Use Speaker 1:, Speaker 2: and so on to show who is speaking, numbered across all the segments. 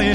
Speaker 1: 天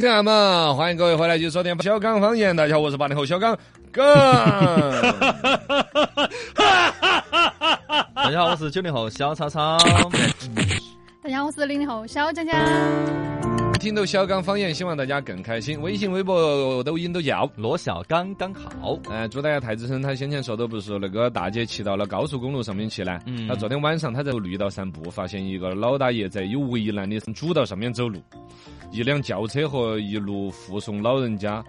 Speaker 2: 干嘛？欢迎各位回来继续收听小刚方言。大家好，我是八零后小刚哥。
Speaker 3: 大家好，我是九零后小超超。
Speaker 4: 大家好，我是零零后小江江。
Speaker 3: 嗯
Speaker 2: 听到小刚方言，希望大家更开心。微信、微博、抖音都有。
Speaker 3: 罗小刚刚好，
Speaker 2: 呃，朱大爷太子生他先前说的不是那个大姐骑到了高速公路上面去呢？
Speaker 3: 嗯
Speaker 2: 他昨天晚上他在绿道散步，发现一个老大爷在有围栏的主道上面走路，一辆轿车和一路护送老人家。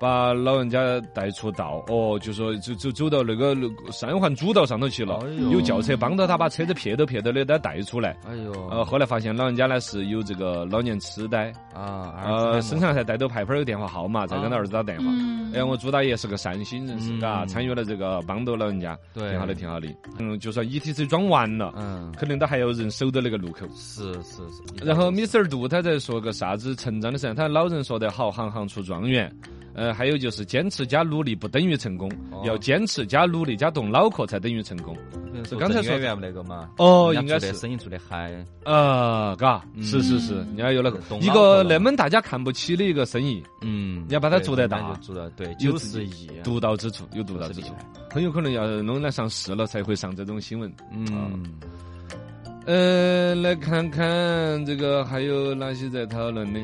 Speaker 2: 把老人家带出道哦，就说走走走到那个路三环主道上头去了，
Speaker 3: 哎呦
Speaker 2: 有轿车帮到他把车子撇都撇到的，他带出来。
Speaker 3: 哎呦
Speaker 2: 呃，后来发现老人家呢是有这个老年痴呆，
Speaker 3: 啊，
Speaker 2: 呃，
Speaker 3: 儿子
Speaker 2: 身上还带着牌牌儿有电话号码，在跟他儿子打电话。
Speaker 4: 嗯，
Speaker 2: 哎，我朱大爷是个善心人士，嘎、
Speaker 3: 嗯
Speaker 2: 参与了这个帮到老人家，
Speaker 3: 对
Speaker 2: 挺好的，挺好的。嗯，就算 ETC 装完了，
Speaker 3: 嗯，
Speaker 2: 可能都还有人守到那个路口。
Speaker 3: 是是是。
Speaker 2: 然后 Mr. 杜他在说个啥子成长的事情，他老人说得好，行行出状元。呃，还有就是坚持加努力不等于成功，
Speaker 3: 哦
Speaker 2: 要坚持加努力加动脑壳才等于成功。
Speaker 3: 是
Speaker 2: 刚才说
Speaker 3: 演员那个嘛，
Speaker 2: 哦
Speaker 3: 人家
Speaker 2: 应该
Speaker 3: 做得
Speaker 2: 是嗯
Speaker 3: 生意做得嗨，
Speaker 2: 呃，嘎，是是是，人家有那个
Speaker 3: 懂
Speaker 2: 一
Speaker 3: 脑壳
Speaker 2: 个
Speaker 3: 了
Speaker 2: 那么大家看不起的一个生意，
Speaker 3: 嗯，
Speaker 2: 要把它
Speaker 3: 对
Speaker 2: 做得
Speaker 3: 人家
Speaker 2: 大
Speaker 3: 就做得对，九
Speaker 2: 有自
Speaker 3: 十啊
Speaker 2: 己
Speaker 3: 亿，
Speaker 2: 独到之处有独到
Speaker 3: 是
Speaker 2: 之
Speaker 3: 厉
Speaker 2: 处
Speaker 3: 害，
Speaker 2: 很有可能要弄来上市了才会上这种新闻。
Speaker 3: 嗯，
Speaker 2: 呃，来看看这个还有哪些在讨论的？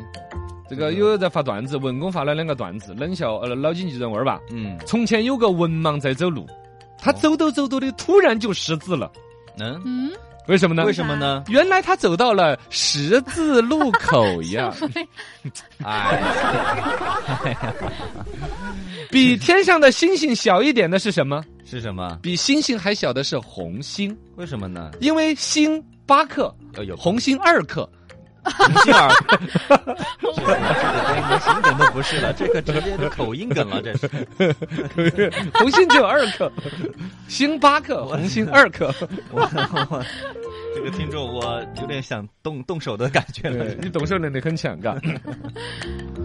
Speaker 2: 这个有人在发段子，文工发了两个段子，冷笑呃脑筋急转弯儿吧。
Speaker 3: 嗯
Speaker 2: 从前有个文盲在走路，他走走走走的，突然就识字了，
Speaker 3: 嗯，
Speaker 4: 嗯，
Speaker 2: 为什么呢
Speaker 3: 为？什么呢？
Speaker 2: 原来他走到了十字路口 呀，
Speaker 3: 哎，
Speaker 2: 比天上的星星小一点的是什么？
Speaker 3: 是什么？
Speaker 2: 比星星还小的是红星，哎
Speaker 3: 为什么 呢？
Speaker 2: 因为星八克，
Speaker 3: 要有
Speaker 2: 红星二克。
Speaker 3: 红杏儿，这个连心梗都不是了，这个直接就口音梗了，这是。
Speaker 2: 红星只有二 克，星巴克，红星二克。
Speaker 3: 我我这个听众，我有点想动动手的感觉了
Speaker 2: 对。 你动手能力很强，嘎。
Speaker 3: 哎呦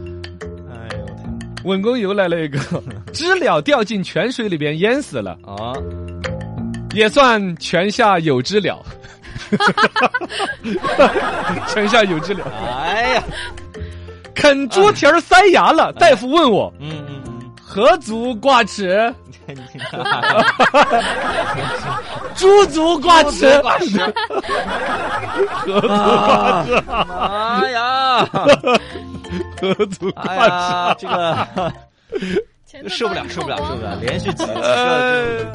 Speaker 3: 我天！
Speaker 2: 文工又来了 一个，知了掉进泉水里边淹死了，
Speaker 3: 啊，
Speaker 2: 也算泉下有知了。 泉下有知了，
Speaker 3: 哎呀，
Speaker 2: 啃猪蹄儿塞牙了。大夫问我
Speaker 3: 嗯嗯嗯，
Speaker 2: 何足挂齿，
Speaker 3: 你看 你看，
Speaker 2: 猪足挂齿。
Speaker 3: 哎啊呀，
Speaker 2: 何足
Speaker 3: 哎
Speaker 2: 挂齿。
Speaker 3: 呀，这个
Speaker 4: 前头
Speaker 3: 受不了，受不了，受不了，连续
Speaker 2: 哎
Speaker 3: 几个
Speaker 2: 呃，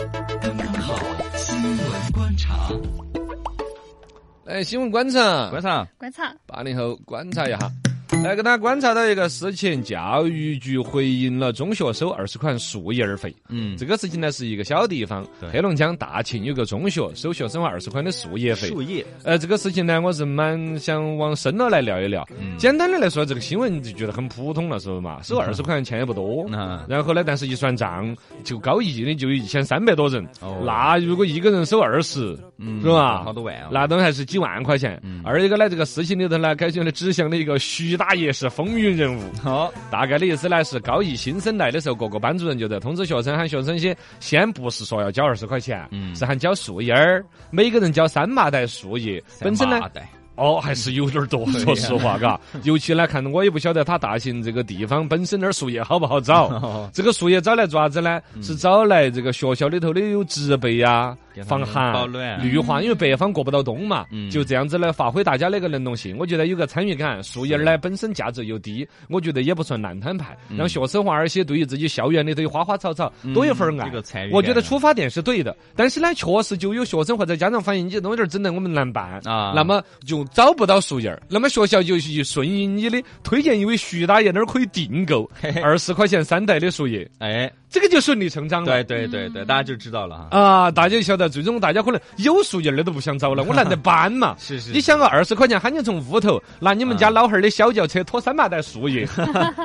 Speaker 2: 来哎新闻观察，
Speaker 3: 观察，
Speaker 4: 观察，
Speaker 2: 八零后观察一下。来哎跟大家观察到一个事情，教育局回应了中学收二十块树叶儿费。
Speaker 3: 嗯，
Speaker 2: 这个事情呢是一个小地方
Speaker 3: 对，
Speaker 2: 黑龙江大庆有个中学收学生二十块的树叶费。
Speaker 3: 树叶，
Speaker 2: 呃，这个事情呢，我是蛮想往深了来聊一聊。
Speaker 3: 嗯
Speaker 2: 简单的来说，这个新闻就觉得很普通了，是不嘛？收二十块钱钱也不多。
Speaker 3: 嗯
Speaker 2: 然后呢，但是一算账，就高一的就有一千三百多人，
Speaker 3: 哦
Speaker 2: 那如果一个人收二十，
Speaker 3: 嗯
Speaker 2: 是吧？
Speaker 3: 好多万啊嗯
Speaker 2: 那都还是几万块钱。二一个呢，这个事情里头呢，感觉呢指向了一个徐大爷是风云人物。
Speaker 3: 好，
Speaker 2: 大概的意思呢是，高一新生来的时候，各个班主任就在通知学生，喊学生些先不是说要交二十块钱，
Speaker 3: 嗯
Speaker 2: 是喊交树叶儿，每个人交三麻袋树叶。本身呢
Speaker 3: 三，八嗯代，
Speaker 2: 哦，还是有点儿多，说实话，嘎。尤其呢，看我也不晓得他大庆这个地方本身那儿树叶好不好找
Speaker 3: 哦。嗯
Speaker 2: 这个树叶找来做啥子呢？是找来这个学校里头的有植被呀
Speaker 3: 给、他
Speaker 2: 防
Speaker 3: 们
Speaker 2: 寒
Speaker 3: 保、暖
Speaker 2: 绿化，因为北方过不到冬嘛
Speaker 3: 嗯。
Speaker 2: 就这样子来发挥大家那个能动性。我觉得有个参与感，树叶儿呢本身价值又低，我觉得也不算烂摊牌，让学生娃儿些对于自己校园里头的花花草草多一份儿
Speaker 3: 嗯嗯
Speaker 2: 爱
Speaker 3: 这个参与。
Speaker 2: 我觉得
Speaker 3: 感
Speaker 2: 出发点是对的，但是呢，确实就有学生或者家长反映，你这东西儿真的我们难办
Speaker 3: 啊
Speaker 2: 那么。么就找不到树叶儿，那么学校就以顺应你的推荐，一位徐大爷那儿可以订购二十块钱三袋的树叶。
Speaker 3: 哎，
Speaker 2: 这个就顺理成章了。
Speaker 3: 对对对对，大家就知道了哈。
Speaker 2: 啊，大家就晓得，最终大家可能有数有类都不 想找了，我懒得搬嘛。
Speaker 3: 是是
Speaker 2: 你想啊，二十块钱喊你从屋头拿你们家老汉儿的小轿车拖三麻袋 树叶，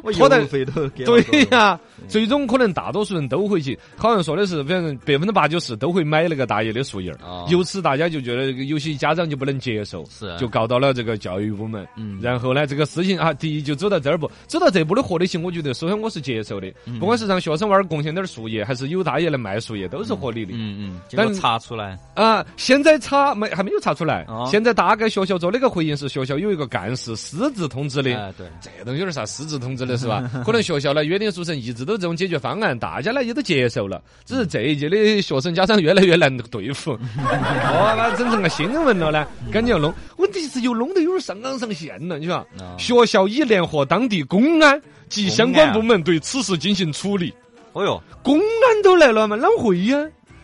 Speaker 3: 我
Speaker 2: 拖到
Speaker 3: 邮费都给我多
Speaker 2: 对
Speaker 3: 多
Speaker 2: 呀、最终可能大多数人都会去，好像说的是，反正百分之八九十都会买那个大爷的树叶儿。
Speaker 3: 哦
Speaker 2: 由此大家就觉得有些家长就不能接受，
Speaker 3: 是啊
Speaker 2: 就告到了这个教育部门。
Speaker 3: 嗯
Speaker 2: 然后呢，这个事情啊，第一就走到这儿步，走到这步的合理性，我觉得首先我是接受的，
Speaker 3: 嗯
Speaker 2: 不管是让学生娃儿贡献点儿树叶，还是有大爷来卖树叶，都是合理的。
Speaker 3: 嗯嗯，嗯结
Speaker 2: 但
Speaker 3: 果查出来，
Speaker 2: 啊，现在查没还没有查出来。
Speaker 3: 哦
Speaker 2: 现在大概学校做那个回应是学校有一个干事私自通知的。
Speaker 3: 哎对，
Speaker 2: 这东西有点啥私自通知的是吧？可能学校呢约定俗成，一直都这种解决方案，大家呢也都接受了。只是这一届的学生家长越来越难对 付，哦，那整成个新闻了呢，赶紧要弄。问题是又弄得有点上纲上线了，你说吧？
Speaker 3: 哦
Speaker 2: 学校已联合当地公安及相关部门对此事进行处理。
Speaker 3: 哦哟，
Speaker 2: 公安都来了嘛，啷会呀、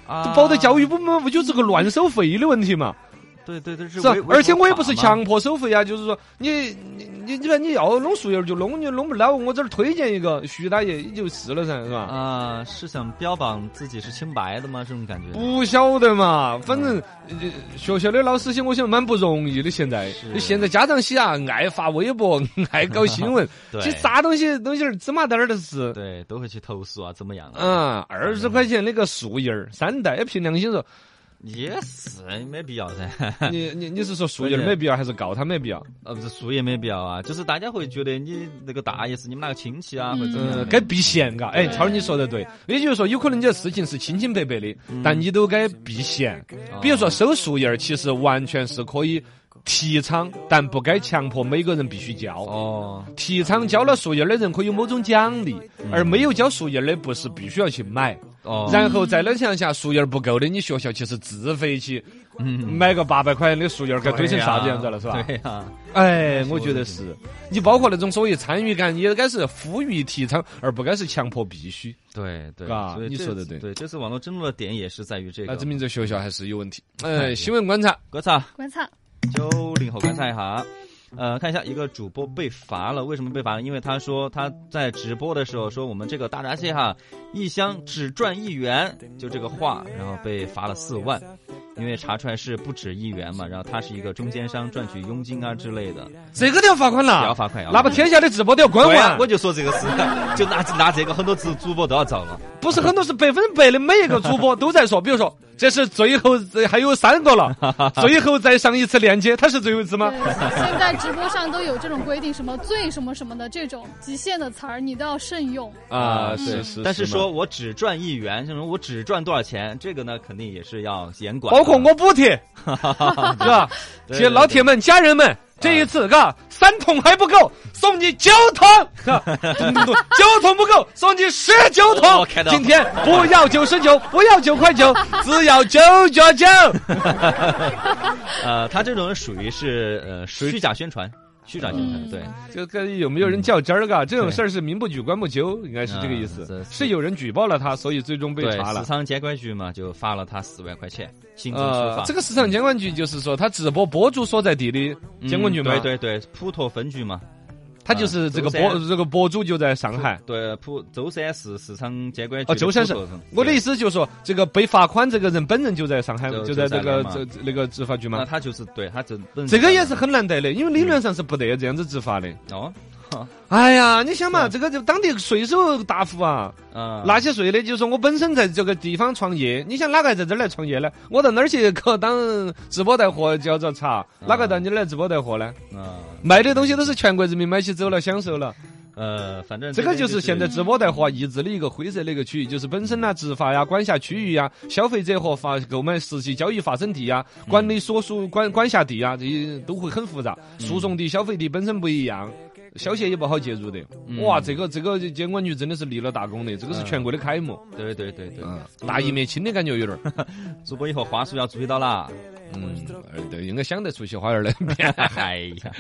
Speaker 2: 都
Speaker 3: 啊
Speaker 2: 报到教育部门，不就是个乱收费的问题嘛？
Speaker 3: 对对对，是
Speaker 2: 是吧啊
Speaker 3: 违，违
Speaker 2: 而且我也
Speaker 3: 法
Speaker 2: 不是
Speaker 3: 嘛
Speaker 2: 强迫收费啊，就是说你你你你你要弄树叶就弄，你弄不了，我这儿推荐一个徐大爷也就是了噻，是吧？
Speaker 3: 啊、是想标榜自己是清白的吗？这种感觉？
Speaker 2: 不晓得嘛，反正、呃学校的老师些，我想蛮不容易的。现在
Speaker 3: 是，，
Speaker 2: 你现在家长些啊，爱发微博， 爱搞新闻
Speaker 3: 对
Speaker 2: 其实啥东西东西儿芝麻蛋儿的事。
Speaker 3: 对，都会去投诉啊，怎么样、啊？
Speaker 2: 嗯，二十块钱那个树叶儿，三代，凭 良心说，
Speaker 3: 也是没必要噻，
Speaker 2: 你你你是说树叶儿没必要，还是告他没必要？
Speaker 3: 呃，不是树也没必要啊，就是大家会觉得你那个大爷是你们哪个亲戚啊，或者怎么
Speaker 2: 嗯，
Speaker 3: 样
Speaker 2: 该
Speaker 3: 的？
Speaker 2: 避嫌，嘎，哎，超儿你说的对，也就是说，有可能你的事情是清清白白的，
Speaker 3: 嗯
Speaker 2: 但你都该避嫌。
Speaker 3: 啊
Speaker 2: 比嗯如说收树叶儿，其实完全是可以提倡，但不该强迫每个人必须交。
Speaker 3: 哦，
Speaker 2: 提倡交了树叶儿的人可以有某种奖励，而没有交树叶儿的不是必须要去买。
Speaker 3: 嗯哦，
Speaker 2: 然后嗯在那情况下，树叶儿不够的，你学校其实自费去
Speaker 3: 嗯
Speaker 2: 买个八百块钱的树叶儿，该堆成啥子样子了，是吧？
Speaker 3: 对呀、
Speaker 2: 哎，我觉得是。你包括那种所谓参与感，也该是呼吁提倡，而不该是强迫必须。
Speaker 3: 对对，
Speaker 2: 嘎
Speaker 3: 所以
Speaker 2: 你
Speaker 3: 这
Speaker 2: 说得
Speaker 3: 次
Speaker 2: 对
Speaker 3: 对，这次网络争论的点也是在于这
Speaker 2: 那
Speaker 3: 个
Speaker 2: 证。明这学校还是有问题。
Speaker 3: 哎
Speaker 2: 哎，新闻观察，
Speaker 3: 观察
Speaker 4: 观察，
Speaker 3: 九零后观察一下，呃，看一下一个主播被罚了，为什么被罚呢？因为他说他在直播的时候说我们这个大闸蟹哈，一箱只赚一元，就这个话，然后被罚了四万，因为查出来是不止一元嘛，然后他是一个中间商赚取佣金啊之类的，
Speaker 2: 这个都要罚款
Speaker 3: 也要
Speaker 2: 了，
Speaker 3: 罚款，也要
Speaker 2: 那
Speaker 3: 罚
Speaker 2: 把
Speaker 3: 款。
Speaker 2: 天下的直播都要关
Speaker 3: 对啊
Speaker 2: 完。
Speaker 3: 我就说这个事，就拿拿这个，很多主主播都要遭了。
Speaker 2: 不是很多是百分百的每一个主播都在说，比如说这是最后这还有三个了，最后再上一次链接，它是最后一次吗
Speaker 4: 对？，现在直播上都有这种规定，什么最什么什么的这种极限的词儿，你都要慎用。
Speaker 2: 啊，
Speaker 4: 是
Speaker 2: 是是。
Speaker 3: 但是说我只赚一元，这种我只赚多少钱，这个呢肯定也是要严管的。
Speaker 2: 包括我补贴， 是吧？
Speaker 3: 对
Speaker 2: 铁老铁们、家人们，这一次嘎三桶还不够，送你九桶，嘎 咚咚咚九桶不够，送你十九
Speaker 3: 我
Speaker 2: 桶
Speaker 3: 我看。哦到
Speaker 2: 今天不要九十九，不要九 块九，只要九角九。
Speaker 3: 呃，他这种属于是呃虚假宣传，虚假宣传，
Speaker 4: 嗯
Speaker 3: 对，
Speaker 2: 这跟有没有人较真儿啊嘎？这种事儿是民不举，官不究，应该是这个意
Speaker 3: 啊嗯这
Speaker 2: 思。是有人举报了他，所以最终被
Speaker 3: 对，
Speaker 2: 查
Speaker 3: 私
Speaker 2: 了。
Speaker 3: 藏监管局嘛，就罚了他四万块钱，行政处
Speaker 2: 呃
Speaker 3: 罚。，
Speaker 2: 这个市场监管局就是说，他直播博主所在地的
Speaker 3: 嗯
Speaker 2: 监管局嘛，
Speaker 3: 对对嗯对，普陀分局嘛，
Speaker 2: 他就是这个
Speaker 3: 周三
Speaker 2: 博这个博主就在上海。
Speaker 3: 对，普舟山市市场监管局
Speaker 2: 哦，舟山市
Speaker 3: 普陀分，
Speaker 2: 我的意
Speaker 3: 思，
Speaker 2: 思就是说，这个被罚款这个人本人就在上海，
Speaker 3: 就
Speaker 2: 就在这个
Speaker 3: 就在那嘛
Speaker 2: 这这那个执法局
Speaker 3: 那嗯
Speaker 2: 嘛。
Speaker 3: 他就是对他这
Speaker 2: 这个也是很难得的，因为理论上是不得这样子执法的。
Speaker 3: 哦，
Speaker 2: 哎呀，你想嘛，这个就当地税收大户啊，
Speaker 3: 嗯，
Speaker 2: 纳些税的，就是说我本身在这个地方创业，你想哪个还在这儿来创业呢？我到那儿去可当直播带货叫着
Speaker 3: 啊
Speaker 2: 查，哪个到你那儿来直播带货呢？
Speaker 3: 嗯
Speaker 2: 卖的东西都是全国人民买起走了，享受了。
Speaker 3: 呃，反正
Speaker 2: 这个
Speaker 3: 边
Speaker 2: 就是现在直播带货抑制的一个灰色的一个区域，就是本身呐、执法呀、管辖区域呀、消费者和发购买实际交易发生地呀、管理所属管管辖地呀，这些都会很复杂。诉讼地、消费地本身不一样。消协也不好介入的，哇，这个这个监管局真的是立了大功的，这个是全国的楷模，
Speaker 3: 对对对对，
Speaker 2: 大义灭亲的感觉有点儿。
Speaker 3: 主播以后花束要注意到啦。
Speaker 2: 嗯，呃对，应该想得出去花园来。
Speaker 3: 哎呀，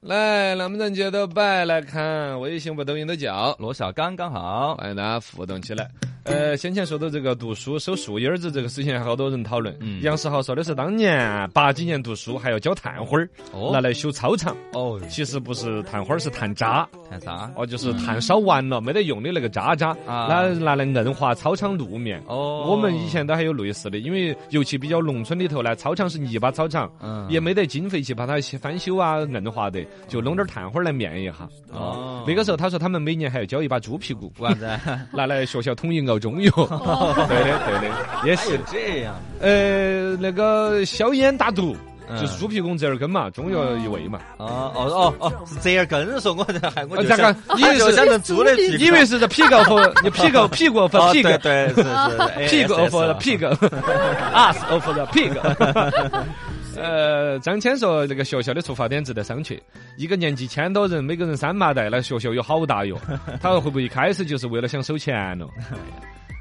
Speaker 2: 来，那么咱接着摆来看微信和抖音的叫。
Speaker 3: 罗小刚刚好，
Speaker 2: 欢迎大家互动起来。呃，先前说到这个读书收树叶儿子这个事情，还好多人讨论。
Speaker 3: 嗯
Speaker 2: 杨世豪说的是当年八几年读书还要浇炭花儿
Speaker 3: 哦
Speaker 2: 拿来修操场，
Speaker 3: 哦，
Speaker 2: 其实不是炭花儿，是炭渣。
Speaker 3: 看啥？
Speaker 2: 哦，就是炭烧完了没得用的那个渣渣，
Speaker 3: 嗯啊
Speaker 2: 拿拿来摁滑操场路面。
Speaker 3: 哦，
Speaker 2: 我们以前都还有类似的，因为尤其比较农村里头呢，操场是泥巴操场，
Speaker 3: 嗯
Speaker 2: 也没得经费去把它翻修啊、硬化的，就弄点炭火来面一下。
Speaker 3: 哦
Speaker 2: 那个时候他说他们每年还要交一把猪屁股，
Speaker 3: 哇 塞，
Speaker 2: 拿来学校统一熬中 药。
Speaker 4: 哦，
Speaker 2: 对的，对的，也
Speaker 3: 还
Speaker 2: 是
Speaker 3: 有。这样，
Speaker 2: 呃，那个消炎打毒，
Speaker 3: 嗯
Speaker 2: 就是猪屁股折耳根嘛，中药一味嘛。
Speaker 3: 哦哦哦哦，是这样跟说，我这还我
Speaker 2: 呃
Speaker 3: 就
Speaker 2: 咋个
Speaker 3: 想，？
Speaker 2: 你以为
Speaker 3: 我就是想成猪的屁股，
Speaker 2: 以嗯为是这屁股和 你屁股屁股
Speaker 3: 哦
Speaker 2: 和屁股
Speaker 3: 对对是 哎是啊
Speaker 2: 屁股 of the
Speaker 3: the
Speaker 2: pig，us of the pig。呃，张谦说那个学校的出发点值得商榷。一个年级千多人，每个人三麻袋，那学校有好 大哟。他会不会一开始就是为了想收钱咯？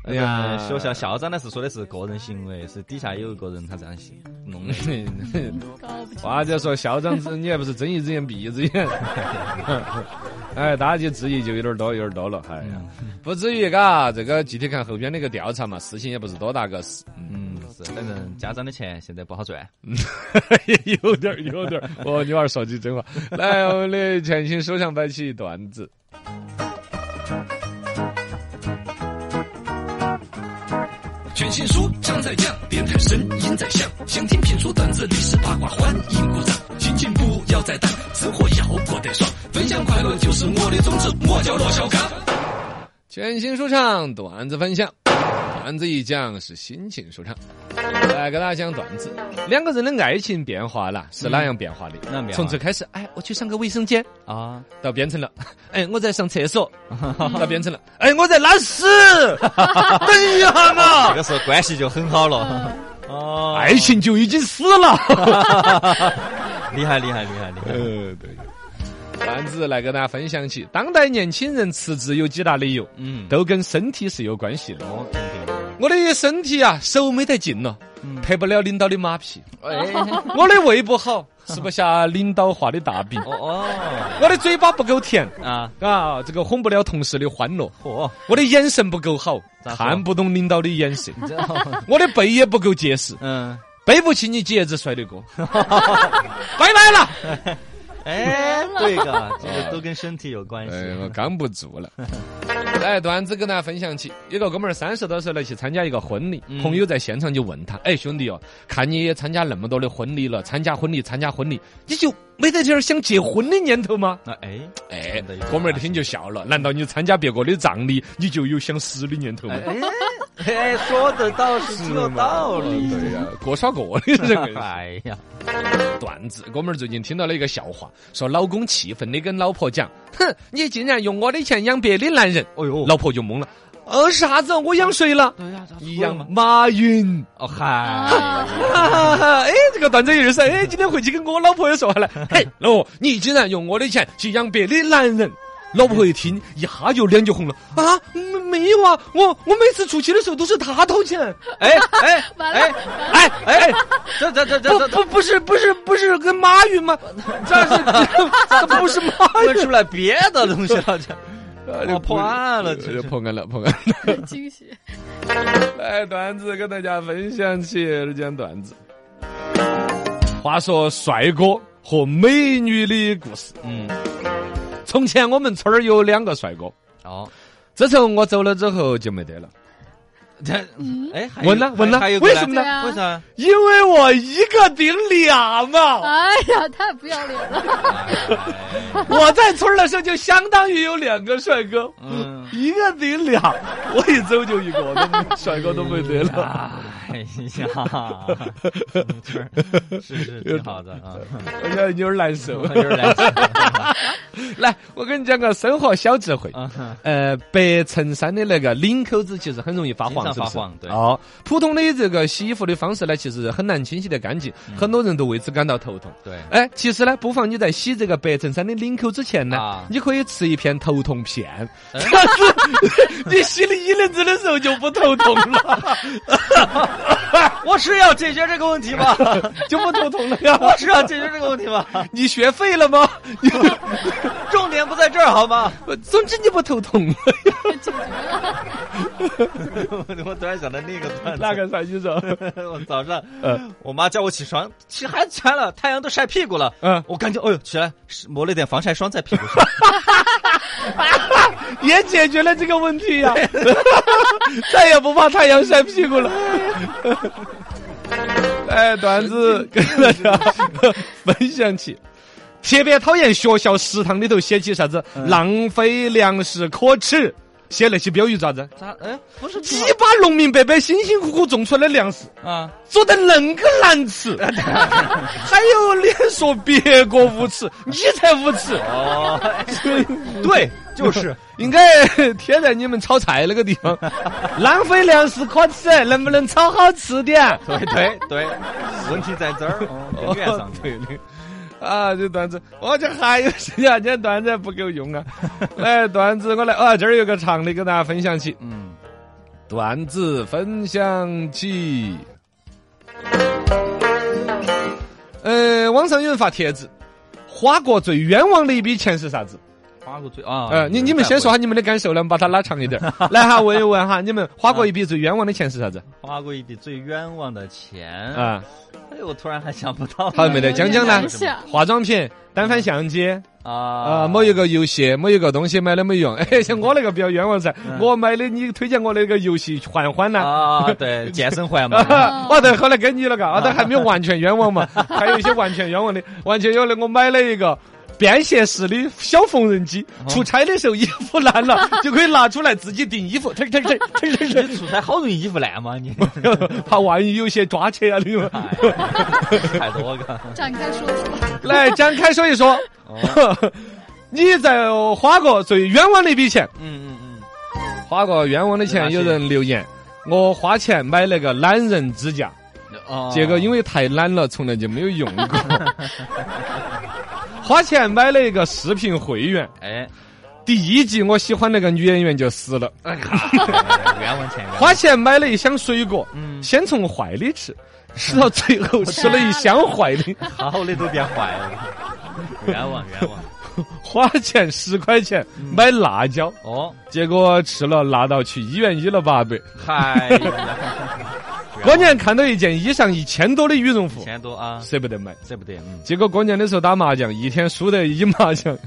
Speaker 2: 哎呀，
Speaker 3: 学 校校长呢是说的是个人行为，是底下有一个人他这样行弄的。
Speaker 4: 搞 不清
Speaker 2: 娃子说校长子，你还不是睁一只眼闭一只眼？ 哎，大家就质疑就有点多，有点多了。哎呀，不至于，嘎，这个具体看后边那个调查嘛，事情也不是多大个事。嗯。
Speaker 3: 嗯，是，反正家长的钱现在不好赚。
Speaker 2: 也有点 儿，有点儿。我女儿说句真话，来，我们的全新首相摆起段子。
Speaker 1: 全新书trang在样，电台声音在响，想听评书、段子、历史八卦，欢迎鼓掌。心情不要再淡，生活要过得爽，分享快乐就是我的宗旨，我叫罗小刚。
Speaker 2: 全新说唱段子分享，段子一讲是心情舒畅。来给大家讲段子，两个人的爱情变化了，是哪样变化的？
Speaker 3: 那变化
Speaker 2: 从最开始，哎，我去上个卫生间，
Speaker 3: 啊，
Speaker 2: 到变成了， 哎，我在上厕 所，到变成了，哎，我在拉 屎，哎等一下
Speaker 3: 这
Speaker 2: 嘛，
Speaker 3: 个时候关系就很好
Speaker 2: 啊
Speaker 3: 了。
Speaker 4: 嗯
Speaker 3: 哦，
Speaker 2: 爱情就已经死了。
Speaker 3: 厉害厉害厉害厉害！
Speaker 2: 呃，对。段子来跟大家分享起，当代年轻人辞职有几大理由，
Speaker 3: 嗯，哦
Speaker 2: 都跟身体是有关系的。
Speaker 3: 我肯定的。
Speaker 2: 我的身体啊，手没得劲了，拍不了领导的马屁；
Speaker 3: 哎，
Speaker 2: 我的胃不好，吃不下领导画的大饼；
Speaker 3: 哦哦
Speaker 2: 我的嘴巴不够甜
Speaker 3: 啊，
Speaker 2: 啊，这个哄不了同事的欢乐；
Speaker 3: 嚯，
Speaker 2: 我的眼神不够好，
Speaker 3: 咋说
Speaker 2: 看不懂领导的眼神；
Speaker 3: 你知道 吗？
Speaker 2: 我的背也不够结实，
Speaker 3: 嗯，
Speaker 2: 背不起你姐子摔的锅。 拜拜了。
Speaker 3: 哎，对个，这个都跟身体有关系。
Speaker 2: 哎，我扛不住了。来，段子跟大家分享起，有个哥们儿三十多岁了，去参加一个婚礼，朋友在现场就问他：“哎，兄弟哦，看你也参加那么多的婚礼了，参加婚礼，参加婚礼，你就没得点儿想结婚的念头吗
Speaker 3: 那哎，？”
Speaker 2: 哎，哥们儿听就笑了。难道你参加别个的葬礼，你就有想死的念头吗？
Speaker 3: 哎哎，说的倒是挺有道理。
Speaker 2: 对呀、各耍各的这个人。
Speaker 3: 哎呀，
Speaker 2: 段子，哥们儿最近听到了一个笑话，说老公气愤的跟老婆讲：“哼，你竟然用我的钱养别的男人！”
Speaker 3: 哎呦，
Speaker 2: 老婆就懵了。呃，是啥子？我养谁了？
Speaker 3: 对呀，他
Speaker 2: 一
Speaker 3: 一样
Speaker 2: 样嗯
Speaker 3: 吗？
Speaker 2: 马云。
Speaker 3: 哦嗨，
Speaker 4: 啊，
Speaker 2: 哈哈哈！ 哎，这个段子有意思。哎，今天回去跟我老婆也 说完了。嘿，老婆，你竟然用我的钱去养别的男人！老婆一听，一下就脸就红了。啊，没没有啊，我我每次出去的时候都是他掏钱。
Speaker 3: 哎哎
Speaker 4: 完了
Speaker 3: 哎，
Speaker 2: 哎哎，
Speaker 3: 这这这
Speaker 2: 不
Speaker 3: 这这，
Speaker 2: 不不是不是不是跟马云吗？这是 这不是马
Speaker 3: 问
Speaker 2: 云
Speaker 3: 出来别的东西了，这。
Speaker 2: 啊这呃
Speaker 3: 哦破案了这是
Speaker 2: 破案了，破 案了。
Speaker 4: 惊 喜！
Speaker 2: 来，哎段子跟大家分享起这讲段子。话说帅哥和美女的故事。
Speaker 3: 嗯，
Speaker 2: 从前我们村儿有两个帅哥，
Speaker 3: 哦，
Speaker 2: 自从我走了之后就没得了，
Speaker 3: 这，哎，还有
Speaker 2: 稳了稳了
Speaker 3: 还有
Speaker 2: 为什么
Speaker 4: 呢
Speaker 3: 过来为啥？
Speaker 2: 因为我一个顶俩嘛。
Speaker 4: 哎呀，太不要脸了！
Speaker 2: 我在村儿的时候就相当于有两个帅哥，
Speaker 3: 嗯，
Speaker 2: 一个顶俩，我一走就一个，那帅哥都 没得 了。
Speaker 3: 哎呀，嗯村儿是是挺好 的啊，
Speaker 2: 我现在有点难受
Speaker 3: 有。点难受
Speaker 2: 来，我跟你讲个生活小智慧。
Speaker 3: 啊。
Speaker 2: 呃，白衬衫的那个领口子其实很容易发
Speaker 3: 经
Speaker 2: 黄，
Speaker 3: 常
Speaker 2: 是不是？
Speaker 3: 发黄对
Speaker 2: 哦，普通的这个洗衣服的方式呢，其实很难清洗得干净，很多人都为此感到头痛。
Speaker 3: 嗯对
Speaker 2: 哎，其实呢，不妨你在洗这个白衬衫的领口之前呢，
Speaker 3: 啊
Speaker 2: 你可以吃一片头痛片，
Speaker 3: 哎
Speaker 2: 这样子你洗了一轮子的时候就不头痛了，
Speaker 3: 我是要解决这个问题吧，
Speaker 2: 就不头痛了呀。
Speaker 3: 我是要解决这个问题吧，
Speaker 2: 你学废了吗？ 你
Speaker 3: 重点不在这儿好吗？
Speaker 2: 总之你不头痛 了。
Speaker 4: 解决了，
Speaker 3: 我 我突然想到那呃个段子，
Speaker 2: 那个啥意思？
Speaker 3: 我早上，
Speaker 2: 嗯
Speaker 3: 我妈叫我起床，起还穿了，太阳都晒屁股了，
Speaker 2: 嗯
Speaker 3: 我感觉，哎呦，起来是抹了点防晒霜在屁股上，
Speaker 2: 也解决了这个问题呀、 再也不怕太阳晒屁股了。 哎，段子跟大家分享起。特别讨厌学校食堂里头写起啥子“浪费粮食可耻”，写那些标语咋子？
Speaker 3: 咋？哎，不是
Speaker 2: 几把农民伯伯辛辛苦苦种出来的粮食，
Speaker 3: 啊？
Speaker 2: 做的恁个难 吃，还有脸说别个无耻？你才无 耻！
Speaker 3: 哦，
Speaker 2: 对，
Speaker 3: 就是
Speaker 2: 应该贴在你们炒菜那个地方， 浪费粮食可耻，能不能炒好吃点？
Speaker 3: 对对对，问题在这儿，哦，边上对对，
Speaker 2: 啊，这段子，我这还有谁呀？这段子不够用 啊！来，段子我来，啊，这儿有个长的，跟大家分享起。
Speaker 3: 嗯，
Speaker 2: 段子分享起。呃，网上有人发帖子，花过最冤枉的一笔钱是啥子？
Speaker 3: 花过最啊，
Speaker 2: 呃，你你们先说下你们的感受，能把它拉长一 点儿。来哈，问一问哈，你们花过一笔最冤枉的钱是啥子？
Speaker 3: 花过一笔最冤枉的钱，
Speaker 2: 啊，
Speaker 3: 哎，我突然还想不到，
Speaker 2: 好，没得，
Speaker 4: 有
Speaker 2: 讲
Speaker 4: 点
Speaker 2: 讲呢
Speaker 4: 难想。
Speaker 2: 啊化妆品、单反相机
Speaker 3: 啊
Speaker 2: 啊，某一个游戏、某一个东西买了没用。 哎，像我那个比较冤枉噻，我买的你推荐我那个游戏《环环》呢。
Speaker 3: 啊，对，健身环 嘛，
Speaker 2: 我在后来跟你了嘎，我都还没有完全冤枉 嘛，还有一些完全冤枉的，完全冤枉的，我买了一个。便携式的小缝纫机，出差的时候衣服烂了 就可以拿出来自己订衣服，腾腾腾腾腾腾
Speaker 3: 你出差好容易衣服烂嘛，你
Speaker 2: 怕万一有些抓扯啊那种。
Speaker 3: 太多个，
Speaker 4: 展开说说，
Speaker 2: 来展开说一说， 你在花过最冤枉的一笔钱，
Speaker 3: 嗯嗯
Speaker 2: 花过冤枉的钱，有人留言，我花钱买了个懒人支架，
Speaker 3: 嗯，哦，
Speaker 2: 结果因为太懒了，从来就没有用过。 花钱买了一个视频会员，
Speaker 3: 哎，
Speaker 2: 第一集我喜欢那个女演员就死了。
Speaker 3: 哎冤枉钱，冤枉
Speaker 2: 花钱买了一箱水果，
Speaker 3: 嗯
Speaker 2: 先从坏的吃，吃到最 后吃了一箱坏的。
Speaker 3: 好的都变坏了，冤枉冤枉，
Speaker 2: 花钱十块钱
Speaker 3: 嗯
Speaker 2: 买辣椒，
Speaker 3: 哦，
Speaker 2: 结果吃了辣到去医院医了八百。
Speaker 3: 嗨呀，
Speaker 2: 过年看到一件衣裳一千多的羽绒服，
Speaker 3: 钱多啊，
Speaker 2: 舍不得买。
Speaker 3: 舍不得，嗯，
Speaker 2: 结果过年的时候打麻将，一天输得一麻将，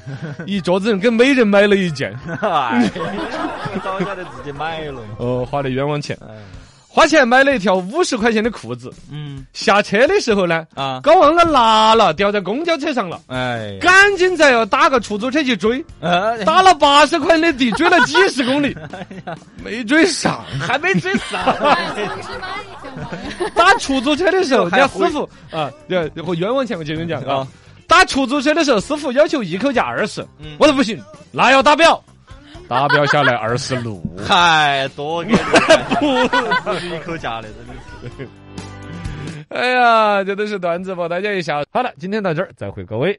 Speaker 2: 一桌子人给每人买了一件，
Speaker 3: 哎，早晓得自己买了嘛，
Speaker 2: 哦，花的冤枉钱。
Speaker 3: 哎，
Speaker 2: 花钱买了一条五十块钱的裤子，
Speaker 3: 嗯
Speaker 2: 下车的时候呢，
Speaker 3: 啊，
Speaker 2: 搞忘了拿了，掉在公交车上了。
Speaker 3: 哎，
Speaker 2: 赶紧再要打个出租车去追，
Speaker 3: 哎
Speaker 2: 打了八十块钱的地，追了几十公里，没追上。
Speaker 3: 还没追 上，
Speaker 4: 哎，通知蚂蚁干嘛呀？
Speaker 2: 打出租车的时候，人
Speaker 3: 还
Speaker 2: 家
Speaker 3: 回
Speaker 2: 师傅啊，对，我冤枉钱，我就跟你讲啊
Speaker 3: 啊，
Speaker 2: 打出租车的时候，师傅要求一口价二十
Speaker 3: 嗯，
Speaker 2: 我说不行，那要打表，打表下来二十 六。
Speaker 3: 太多给你，不是一口价的，真的是。
Speaker 2: 哎呀，这都是段子吧，大家一下。好了，今天到这儿，再会各位。